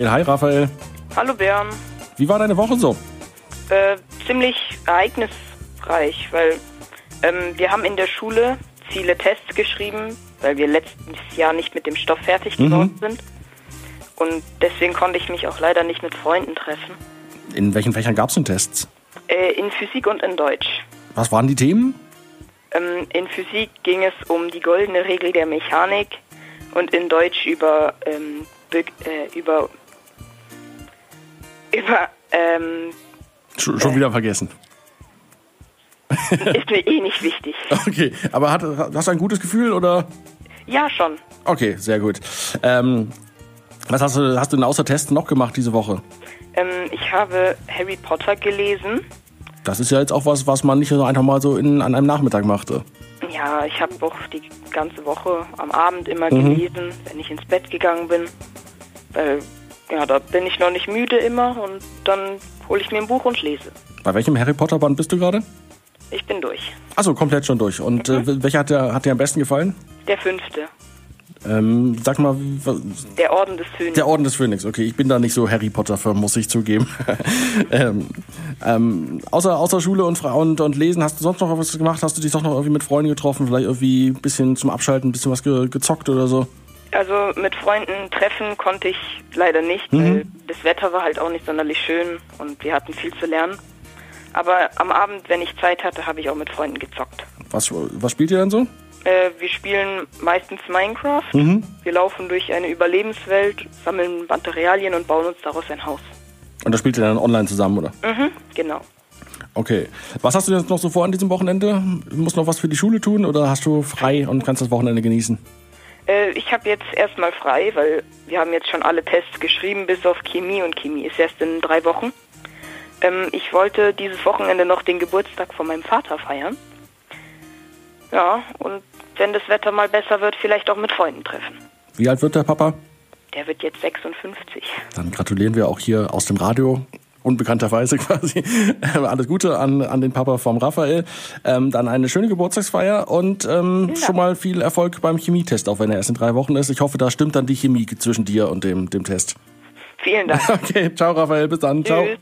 Hi Raphael, Hallo Bern. wie war deine Woche so? Äh, ziemlich ereignisreich, weil ähm, wir haben in der Schule viele Tests geschrieben, weil wir letztes Jahr nicht mit dem Stoff fertig geworden sind. Und deswegen konnte ich mich auch leider nicht mit Freunden treffen. In welchen Fächern gab es denn Tests? Äh, in Physik und in Deutsch. Was waren die Themen? Ähm, in Physik ging es um die goldene Regel der Mechanik und in Deutsch über ähm, Be äh, über über ähm, Sch schon wieder vergessen. ist mir eh nicht wichtig. Okay, aber hat, hast du ein gutes Gefühl oder? Ja schon. Okay, sehr gut. Ähm, was hast du, hast du denn außer Tests noch gemacht diese Woche? Ähm, ich habe Harry Potter gelesen. Das ist ja jetzt auch was, was man nicht so einfach mal so in, an einem Nachmittag machte. Ja, ich habe auch die ganze Woche am Abend immer gelesen, wenn ich ins Bett gegangen bin. Weil, ja, da bin ich noch nicht müde immer und dann hole ich mir ein Buch und lese. Bei welchem Harry Potter Band bist du gerade? Ich bin durch. Achso, komplett schon durch. Und äh, welcher hat dir, hat dir am besten gefallen? Der fünfte. Ähm, sag mal, wie- was- Der Orden des Phönix. Der Orden des Phönix, okay. Ich bin da nicht so Harry Potter-Fan, muss ich zugeben. ähm, ähm, außer, außer Schule und, Fra- und, und Lesen, hast du sonst noch was gemacht? Hast du dich doch noch irgendwie mit Freunden getroffen? Vielleicht irgendwie ein bisschen zum Abschalten, ein bisschen was ge gezockt oder so? also mit Freunden treffen konnte ich leider nicht, weil das Wetter war halt auch nicht sonderlich schön und wir hatten viel zu lernen. Aber am Abend, wenn ich Zeit hatte, habe ich auch mit Freunden gezockt. Was, was spielt ihr denn so? Äh, wir spielen meistens Minecraft. Wir laufen durch eine Überlebenswelt, sammeln Materialien und bauen uns daraus ein Haus. Und da spielt ihr dann online zusammen, oder? Mhm, genau. Okay. Was hast du jetzt noch so vor an diesem Wochenende? Musst du noch was für die Schule tun oder hast du frei und kannst das Wochenende genießen? Äh, ich habe jetzt erstmal frei, weil wir haben jetzt schon alle Tests geschrieben, bis auf Chemie und Chemie ist erst in drei Wochen. Ähm, ich wollte dieses Wochenende noch den Geburtstag von meinem Vater feiern. Ja, und wenn das Wetter mal besser wird, vielleicht auch mit Freunden treffen. Wie alt wird der Papa? Der wird jetzt 56. Dann gratulieren wir auch hier aus dem Radio. Unbekannterweise quasi. Ähm, Alles Gute an, an den Papa vom Raphael. Ähm, dann eine schöne Geburtstagsfeier und ähm, schon mal viel Erfolg beim Chemietest, auch wenn er erst in drei Wochen ist. Ich hoffe, da stimmt dann die Chemie zwischen dir und dem, dem Test. Vielen Dank. Okay, ciao Raphael, bis dann. Ciao. Tschüss.